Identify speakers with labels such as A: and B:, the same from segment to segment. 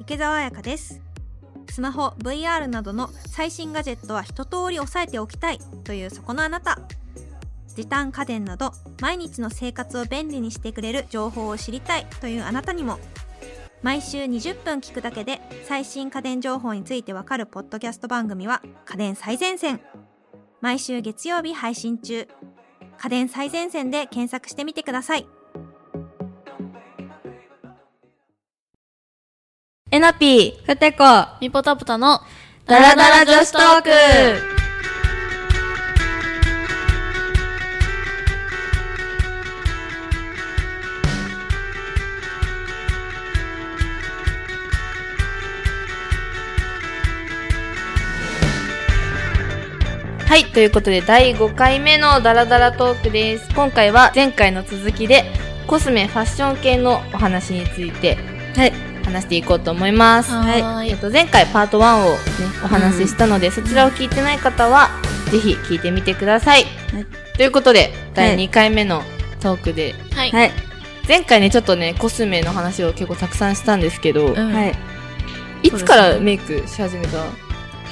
A: 池澤彩香ですスマホ VR などの最新ガジェットは一通り押さえておきたいというそこのあなた時短家電など毎日の生活を便利にしてくれる情報を知りたいというあなたにも毎週20分聞くだけで最新家電情報についてわかるポッドキャスト番組は家電最前線毎週月曜日配信中家電最前線で検索してみてくださいえなぴーふてこ
B: ミポタプタの
A: ダラダラ女子トーク
B: はい、ということで第5回目のダラダラトークです。今回は前回の続きでコスメファッション系のお話について
A: はい
B: 話していこうと思います。
A: はーい
B: えっと前回パート1を、ね、お話ししたので、そちらを聞いてない方はぜひ聞いてみてください。
A: はい
B: ということで第2回目のトークで、
C: はい。
A: はい
B: 前回ねちょっとねコスメの話を結構たくさんしたんですけど、
C: うん
A: はい
B: いつからメイクし始めた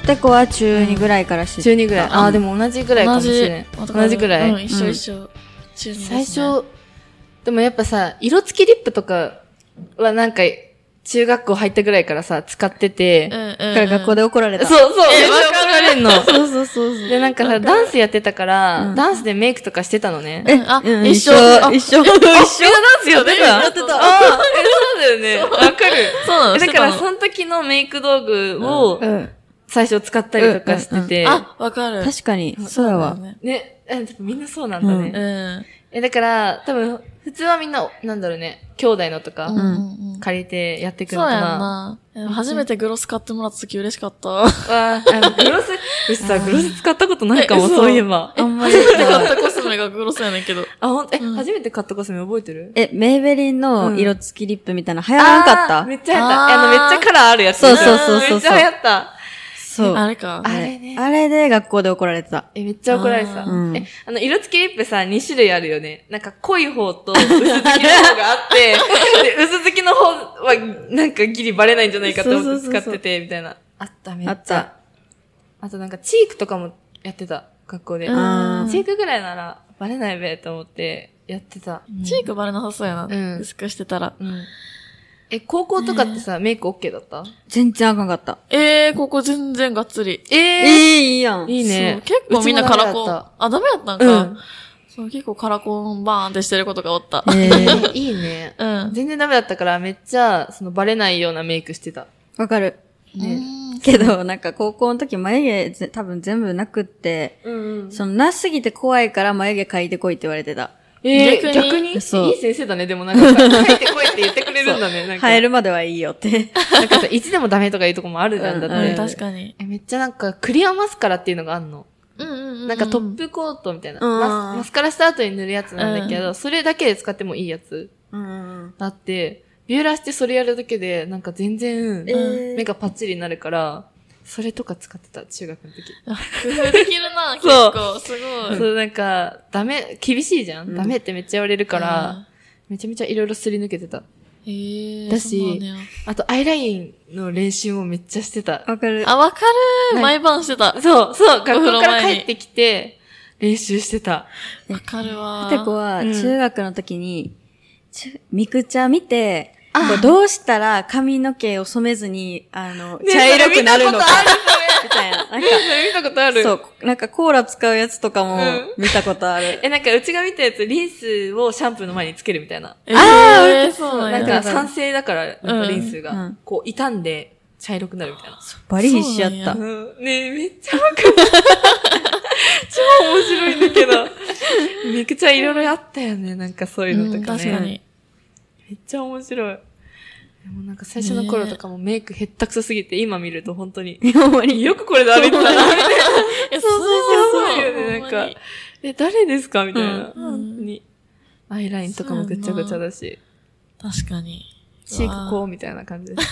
A: ふてこは中二ぐらいから知って
B: 中2ぐらい。ああー、でも同じぐらいかもしれない。同じぐらい。
C: うん、一緒一緒。中二です
B: 最
C: ね
B: 初、でもやっぱさ、色付きリップとかはなんか、中学校入ったぐらいからさ、使ってて、
C: うんうん
A: だ
C: うん。
A: から学校で
C: で。
A: 怒られた
B: そうそう、めっちゃ怒られんの。
C: そうそうそうそう。
B: で、なんかさ、ダンスやってたから、
A: うん
B: ダンスでメイクとかしてたのね。
C: うんあ
A: うん
C: 一緒あ
A: 一緒
B: 一緒ダンスやってた
C: やってた
B: ああ、えそうだよね。わかる。
C: そうなの
B: だから、
C: そう
B: その時のメイク道具を
A: う、ん
B: 最初使ったりとかしてて。
C: なのあ、わかる。
A: 確かにそうだわ
C: だよね
B: ね、あでもみんなそうなんだね。
C: うん。
B: え、だから、多分、普通はみんな、なんだろうね、兄弟のとか、
C: うんうんうん
B: 借りてやってくる
C: そう
B: の
C: やん
B: かな。
C: な。でも初めてグロス買ってもらった時嬉しかった。
B: わあ、あのグロス、うちさ、グロス使ったことないかも、
C: え嘘
B: そういえば。
A: あんまり
C: 初めて買ったコスメがグロスやねんけど。
B: あ、ほんと、え、
C: うん
B: 初めて買ったコスメ覚えてる
A: えメイベリンの色付きリップみたいな流行らなかった
B: あーめっちゃ流行った。えあの、めっ
C: あー
B: ちゃカラーあるやつ。
A: そうそうそうそうそう
B: めっちゃ流行った。
A: そう
C: あれか。
B: あれね
A: あれで学校で怒られてた
B: え、めっちゃ怒られてた
C: あ。
A: ー
B: え、あの、色付きリップさ、2種類あるよね。なんか、濃い方と、薄付きの方があ って、で、薄付きの方は、なんか、ギリバレないんじゃないかと思って
A: そうそうそ
B: 使
A: う
B: っ
A: そう
B: てて、みたいな。あった、めっ
A: あ
B: ちゃ。
A: った
B: あとなんか、チークとかもやってた、学校で。
C: うん
A: あー
B: チークぐらいなら、バレないべ、と思って、やってた。
C: チークバレなさそうやな。
B: うん
C: 薄くしてたら。
B: うん。え、高校とかってさ、メイク OK だった
A: 全然あかんかった
C: えー、ここ全然がっつり。
A: え
B: ええ
A: えいいやん
B: いいね。
C: そう結構みんなカラコ
B: うちもダメだっ
C: ン。あ、ダメだったん
B: た。う
C: か
B: ん。。
C: そう、結構カラコンバーンってしてることがおった。
A: えー
B: いいね。
C: うん。
B: 全然ダメだったから、めっちゃ、その、バレないようなメイクしてた。
A: わかる
B: ね。
A: けどなんか高校の時眉毛ぜ多分全部なくって
B: うん
A: そのなすぎて怖いから眉毛描いてこいって言われてた
B: えー、
C: 逆
B: 逆
C: に
B: に
A: そう
B: いい先生だね、でもなんか さ、書いてこいって言ってくれるんだね、なんか。
A: 生えるまではいいよって
B: なんかさ、いつでもダメとかいうとこもあるじゃん、だって。
A: うん
C: うん、確かに。
B: え、めっちゃなんか、クリアマスカラっていうのがあんの。
C: うんうんうん。
B: なんかトップコートみたいな。
A: うん
B: マスマスカラした後に塗るやつなんだけど、それだけで使ってもいいやつ。
A: うん
B: あって、ビューラーしてそれやるだけで、なんか全然、
A: えー
B: 目がパッチリになるから、それとか使ってた、中学の時。
C: 工夫できる な、結
B: そう
C: 構。すごい。
B: そう、なんか、ダメ、厳しいじゃん、
A: うん
B: ダメってめっちゃ言われるから、めちゃめちゃいろいろすり抜けてた。
C: うん。へえ。
B: だし
C: そうなんや
B: あと、アイラインの練習もめっちゃしてた。
A: わかる
C: あ、わかる
B: ね
C: 毎晩してた。
B: そう、そう、学
C: お風
B: 校
C: 呂
B: から
C: 前に
B: 帰ってきて、練習してた。
C: わかるわ。
A: てこは
B: うん
A: 中学の時に、ちゅミクチャ見て、
B: あ
A: こうどうしたら髪の毛を染めずに、あの、
B: ね
A: 茶色くなるのか
B: それ見たことあ
A: みたい
B: る、
A: な。なんか、
B: え見たことある
A: そう、なんかコーラ使うやつとかも
B: うん
A: 見たことある。
B: え、なんか、うちが見たやつ、リンスをシャンプーの前につけるみたいな。
C: えー。
A: あー
C: えそう
B: なん
C: や
B: か、酸性だから、なんかリンス
A: うんう
B: が
A: ん、
B: こう、傷んで、茶色くなるみたいな。
A: バリ必死やった
C: そう
B: う。んねえ、めっちゃわかる。超面白いんだけど。めくちゃいろいろあったよね、なんかそういううの
C: ん
B: とかね。
C: 確 かに。
B: めっちゃ面白い。でもなんか最初の頃とかもメイクへったくそすぎて、今見ると本当に。
A: ほんまに。
B: よくこれで歩いてたな、みたいな。
C: いや
B: そうそうそうや
C: や
B: ばいよねなんか。え、誰ですかみたいな。
C: うん
B: 本当に。アイラインとかもぐっちゃぐちゃだし、
C: 確かに。
B: チークこうみたいな感じです。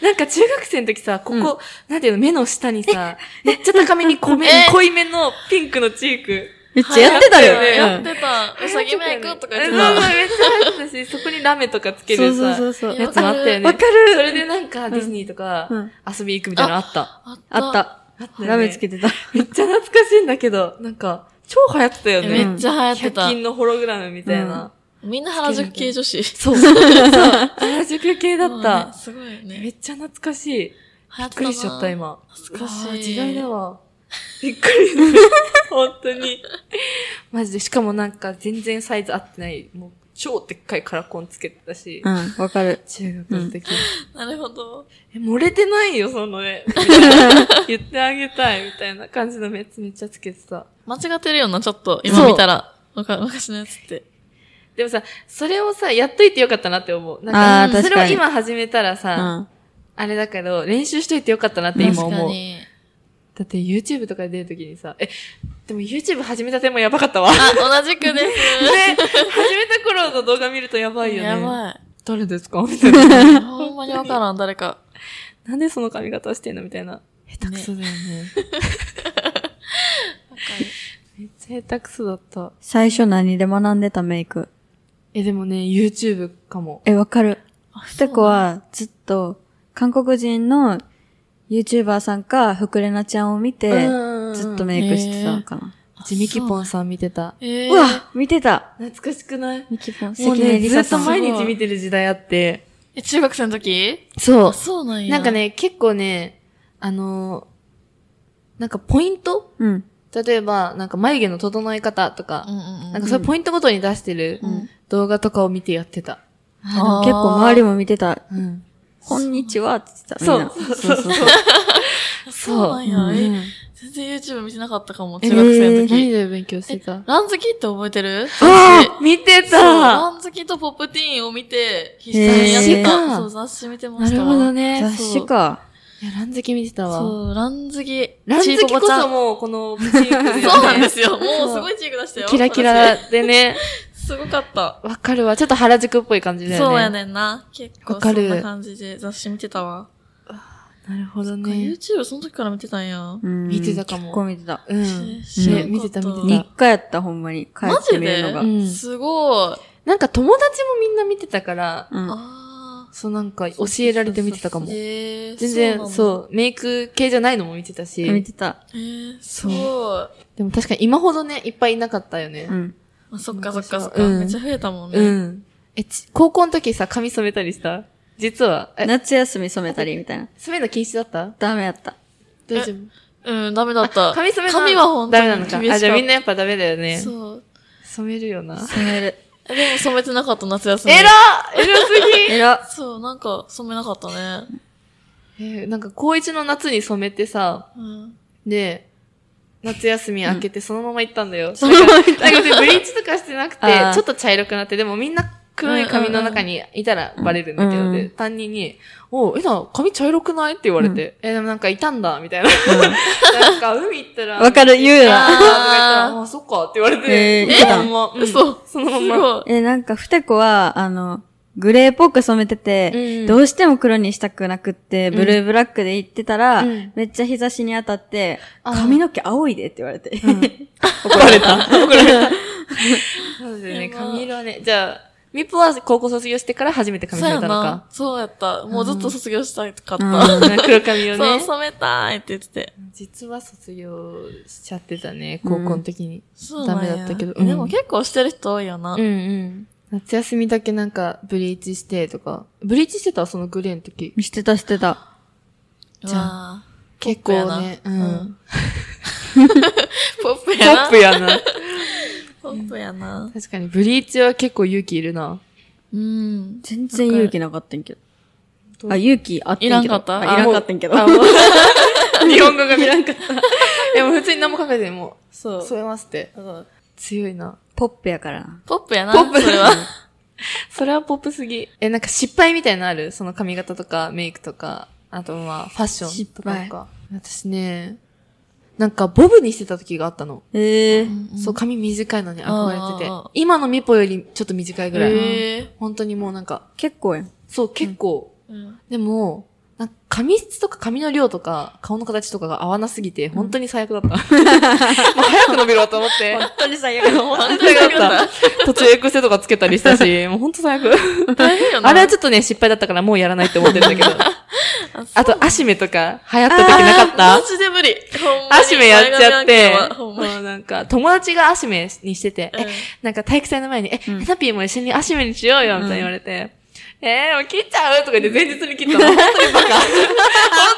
B: え、なんか中学生の時さ、ここ、なんていうの、目の下にさ、めっちゃ高めに濃め
C: え
B: 濃いめのピンクのチーク。
D: めっちゃやってたよ。
B: はい
C: やっ
D: うん
C: てた。うさぎメイクとか言
B: え
C: っ
B: そ
C: て
B: うそ
C: た
B: う、。めっちゃ流行ってたし、 そこにラメとかつけ
D: そう
B: る
D: そうそ
B: さ、
D: うそう。
C: いや
B: やつもあったよね。
D: わか
B: るそれでなんか、ディズニーとか
D: う、ん。
B: 遊び行くみたいなのあった。
C: あっ
D: あった。
B: たよね
D: ラメつけてた。
B: めっちゃ懐かしいんだけど、なんか、超流行ってたよ
C: え
B: ね。
C: めっちゃ流行って
B: 100
C: た。
B: 均のホログラムみたいな。
C: みんな原宿系女子。
B: そう。原宿系だ
C: も
B: っ
C: う
B: た
C: ね。すごいよね。
B: めっちゃ懐かしい。び
C: 流行
B: っくりしちゃった、。今。
C: 懐かしいう
B: わー時代だわ。びっくりする。本当に。マジで、しかもなんか全然サイズ合ってない。もう、超でっかいカラコンつけてたし。
D: うん、わかる。
B: 中学の時。
C: なるほど。
B: え、漏れてないよ、そのね。言ってあげたい、みたいな感じのやつめっちゃつけてた。
C: 間違ってるよな、ちょっと。今見たら。わか昔のやつって。
B: でもさ、それをさ、やっといてよかったなって思う。
D: あ
B: な
D: ー
B: んか、そ
D: 確
B: れを
D: かに
B: 今始めたら
D: う
B: さ、
D: ん。
B: あれだけど、練習しといてよかったなって
C: 確
B: 今
C: か
B: 思う。
C: に。
B: だって YouTube とかで出るときにさ、え、でも YouTube 始めたてもやばかったわ。ね、
C: あ、同じくです。
B: 始めた頃の動画見るとやばいよね。
C: やばい。
B: 誰ですかみたい な。
C: ほんまにわからん、誰か。
B: なんでその髪型してんのみたいな。下手くそだよね。めっちゃ下手くそだった。
D: 最初何で学んでたメイク
B: え、でもね、YouTube かも。
D: え、わかる。ふたこはずっと韓国人の YouTuber さんか、ふくれなちゃんを見て、ずっとメイクしてたのかな。
B: ちみきぽんさん見てた。
C: えー
D: うわ見てた
B: 懐かしくない
D: ミキポン、
B: もう
D: 関根
B: ね、
D: り
B: ず
D: さ
B: っ
D: さ
B: と
D: ん。
B: 毎日見てる時代あって。
C: え、中学生の時
B: そ
C: あそうなんや。
B: なんか。ね、結構ね、あのー、なんかポイント
D: うん。
B: 例えば、なんか眉毛の整え方とか
C: うん、うんう
B: なん
C: ん。
B: かそういうポイントごとに出してる
D: うん
B: 動画とかを見てやってた。
D: 結構周りも見てた。
B: うん。
D: こんにちはって言ってた。
B: そう
D: みんなそうそうそう。
C: そうな
B: う
C: んや。え
B: ん
C: 全然 YouTube 見てなかったかも、
B: え
C: 中学生の
B: ー何
C: 時。
B: で勉強してた
C: ラン好きって覚えてる
B: あ見て
C: そうラ
B: た
C: ン好きとポップティーンを見て、必死にやっ
D: へ
C: て
D: ー
C: た。そう、雑誌見てま
B: な
C: した
B: る
C: わ。
B: ほどね。
D: 雑誌か。
B: いや、ラン好き見てたわ。
C: そう、ラン好き。
B: ラン好
C: チ
B: き
C: ーポ
B: こ
C: コちゃ
B: そ
C: ん
B: もう、このチークで。
C: そうなんですすよ。もうすごいチーク出したよ。
B: キラキラでね。
C: 私。すごかった。
B: わかるわ。ちょっと原宿っぽい感じだよね。
C: そうやねんな。結構
B: わ
C: そ
B: かる
C: んな感じで雑誌見てたわ。
B: なるほど
C: なんか
B: ね。
C: YouTube その時から見てたんや。
D: うん
B: 見てたかも
D: 結構見てた。
B: うん。
C: 知
D: ら
B: ね、
C: っ
D: なか
C: た
B: 見てた見てた。
D: 日課やった、ほんまに。帰
C: マ
D: って
C: ジ
D: みるの
C: で
D: が。
B: うん
C: すごい。
B: なんか友達もみんな見てたから、
D: うん。
C: あ
B: そうなんか教えられて見てたか
C: ー
B: も。
C: へー
B: 全然、
C: そう
B: そう、メイク系じゃないのも見てた
D: 見
B: し、
D: てた。
C: なんだ。えー、すごい。ま
B: でも確かに今ほどね、いっぱいいなかったよね
D: う。ん。
C: あそっかそっかそ
B: う
C: っか。
B: ん
C: めっちゃ増えたもん
B: う
C: ね。
B: ん。え、ち高校の時さ、髪染めたりした実は。え、
D: 夏休み染めたりみたいな。
B: 染めるの禁止だった
D: ダメやった。
B: 大丈夫
C: うん、ダメだった。
B: 髪染め
C: 髪は本当
B: ダ
C: に
B: メな
C: 厳
B: の
C: し
B: か。
C: った
B: あ、じゃあみんなやっぱダメだよね。
C: そう。
B: 染めるよな。
D: 染める。
C: えでも染めてなかった夏休み。
B: えらえらすぎ
D: えら。
C: そう、なんか染めなかったね。
B: えーなんか高一の夏に染めてさ、
C: うん。
B: で、夏休み明けてそのまま行ったんだよ。
D: そのまま行っ
B: な
D: た
B: ん か別にブリーチとかしてなくて
D: あー、
B: ちょっと茶色くなって、でもみんな黒い髪の中にいたらバレるんだけ
D: うんう
B: ど、
D: ん
B: で、担任に、おう、えな、髪茶色くないって言われて、え、でもなんかいたんだ、みたいな。なんか海行ったら、
D: わかる、言
B: あー
D: うな。
B: とか言ったらあー、そっかって言われ
D: え
B: て、
D: ーいけた
B: そのまま、うん
C: 嘘
B: その
C: す
B: まま。
C: ごい。
D: え、なんか、ふてこは、あの、グレーっぽく染めてて、
B: うん
D: どうしても黒にしたくなくって、
B: ん
D: ブルーブラックで行ってたら、
B: うん
D: めっちゃ日差しに当たって、
B: あー
D: 髪の毛青いでって言われて。
B: 怒られた。怒られた。そうですね、髪色はね。じゃあ、ミップは高校卒業してから初めて髪
C: そう
B: 染
C: や
B: めたのか
C: な。。そうやった。もうずっと卒業したかっ
D: うん
C: た。
B: うん黒髪を
C: そう、
B: ね。
C: 染めたいって言ってて。
B: 実は卒業しちゃってたね、高校の時に。
C: そうなんや
B: ダメだったけどうん
C: でも結構してる人多いよな。
B: うんうん。夏休みだけなんか、ブリーチしてとか。ブリーチしてたそのグレーの時。
D: してたしてた。
C: じゃあ。
B: 結
C: ポップや
B: 構
C: な
B: ね、う
C: うんん。ポップ
B: ポ
C: やな。
B: ップやな。
C: ポップやな。
B: 確かに、ブリーチは結構勇気いるな。
C: うん。
D: 全然勇気なかったんけ
B: ど
D: ど。あ、勇気あってんけど。
C: いらんかった
D: あいらんかったんけど。
B: あ、 もう日本語が見らんかった。でも普通に何も考えてないも、
D: そうう。
B: 添えますって。強いな。
D: ポップやからな。
C: ポップやな。
B: ポップ
C: それは。
B: それはポップすぎ。え、なんか失敗みたいなのあるその髪型とかメイクとか、あとまあファッションとか
D: 失
B: か。私ね、なんかボブにしてた時があったの。
D: ええ
B: そう、髪短いのに憧れてて
C: あーあー。
B: 今のミポよりちょっと短いぐらい。
C: へえ。
B: 本当にもうなんか、
D: 結構やん。
B: そう結構、
C: うん
B: でも、なんか髪質とか髪の量とか、顔の形とかが合わなすぎて、本当に最悪だ った。もう早く伸びろと思 って。
A: 本当に最悪。
B: 本当に最悪だった。 途中エクセとかつけたりした し、もう本当最悪。
C: 大変よな。
B: あれはちょっとね、失敗だったからもうやらないって思ってるん だけど。あと、アシメとか、流行った時なかった
C: マジで無理。ほんまに
B: アシメやっちゃっ
C: 前
B: て、
C: 髪なんかは
B: も
C: ほんまに
B: うなんか、友達がアシメにしてて、
C: うん
B: え、なんか体育祭の前に、え、ヘナピーも一緒にアシメにしようよ、みたいに言われて、えー、もう切っちゃうとか言って前日に切った の。本当にバカ。本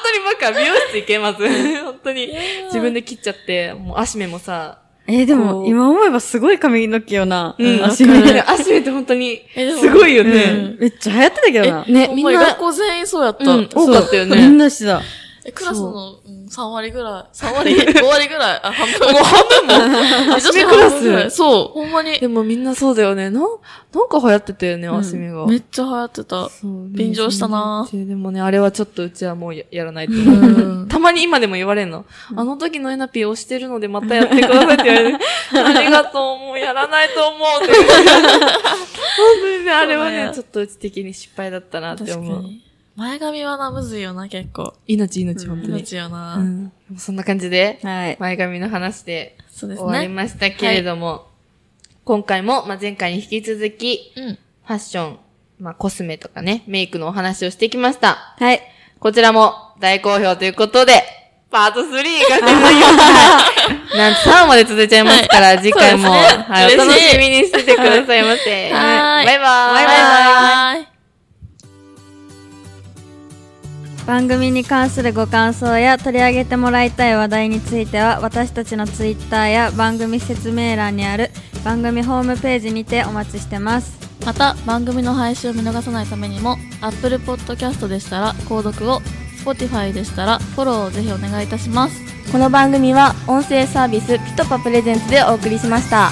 B: 当にバカ。美容室行けます。本当に。自分で切っちゃって、もうアシメもさ、
D: えー、で
B: こ
D: も、
B: う
D: 今思えばすごい髪の毛よな。
B: うん、
D: 足
B: わ
D: め
B: かるアシメって本当に、
C: えでも
B: すごいよね。
C: うん
D: めっちゃ流行ってたけどな。
B: ね、
C: ほん
B: み
C: ま
B: ん
C: に
B: な
C: 学、校全員そうやった。
B: うん、多かったよ
D: みん
B: ね。
D: なしてた。
C: えクラスの、うん、3割ぐらい、3割、5割ぐらい、あ、半分。
B: 半分も
C: 女子
B: め
C: の
B: クラス
C: 半分ぐらいそう、ほんまに。
B: でもみんなそうだよね。なん、なんか流行ってたよね、
D: うん
B: アシメが。
C: めっちゃ流行ってた。
B: そうね
C: 便乗したな
B: そうでもね、あれはちょっとうちはもうややらないと。
C: ん
B: たまに今でも言われんの。あの時のエナピー押してるのでまたやってくださいって言われ る。ありがとう、もうやらないと思うって。本当にね、あれは
C: そう
B: ね
C: ね、
B: ちょっとうち的に失敗だったなっ
C: 確
B: て
C: か
B: 思う。
C: に。前髪はな、むずいよな、結構。
B: 命、命、本当に。
C: 命よな、
B: うん。でもそんな感じで、
D: はい。
B: 前髪の話で
C: そうです
B: 終わり
C: ね。
B: ましたけれども、今回も、まあ、前回に引き続き、
C: うん。
B: ファッション、まあ、コスメとかね、メイクのお話をしてきました。
D: はい。
B: こちらも大好評ということで、パート3がしていただきます。なんと3まで続いちゃいますから、次回も、
C: そうですね
B: はい、お
C: 嬉しい
B: 楽しみにしててくださいませ。
C: はーい
B: バイバーイ。
C: バイバイ。
D: 番組に関するご感想や取り上げてもらいたい話題については私たちのツイッターや番組説明欄にある番組ホームページにてお待ちしてます
C: また番組の配信を見逃さないためにも Apple Podcast でしたら購読を Spotify でしたらフォローをぜひお願いいたします
E: この番組は音声サービスピトパプレゼンツでお送りしました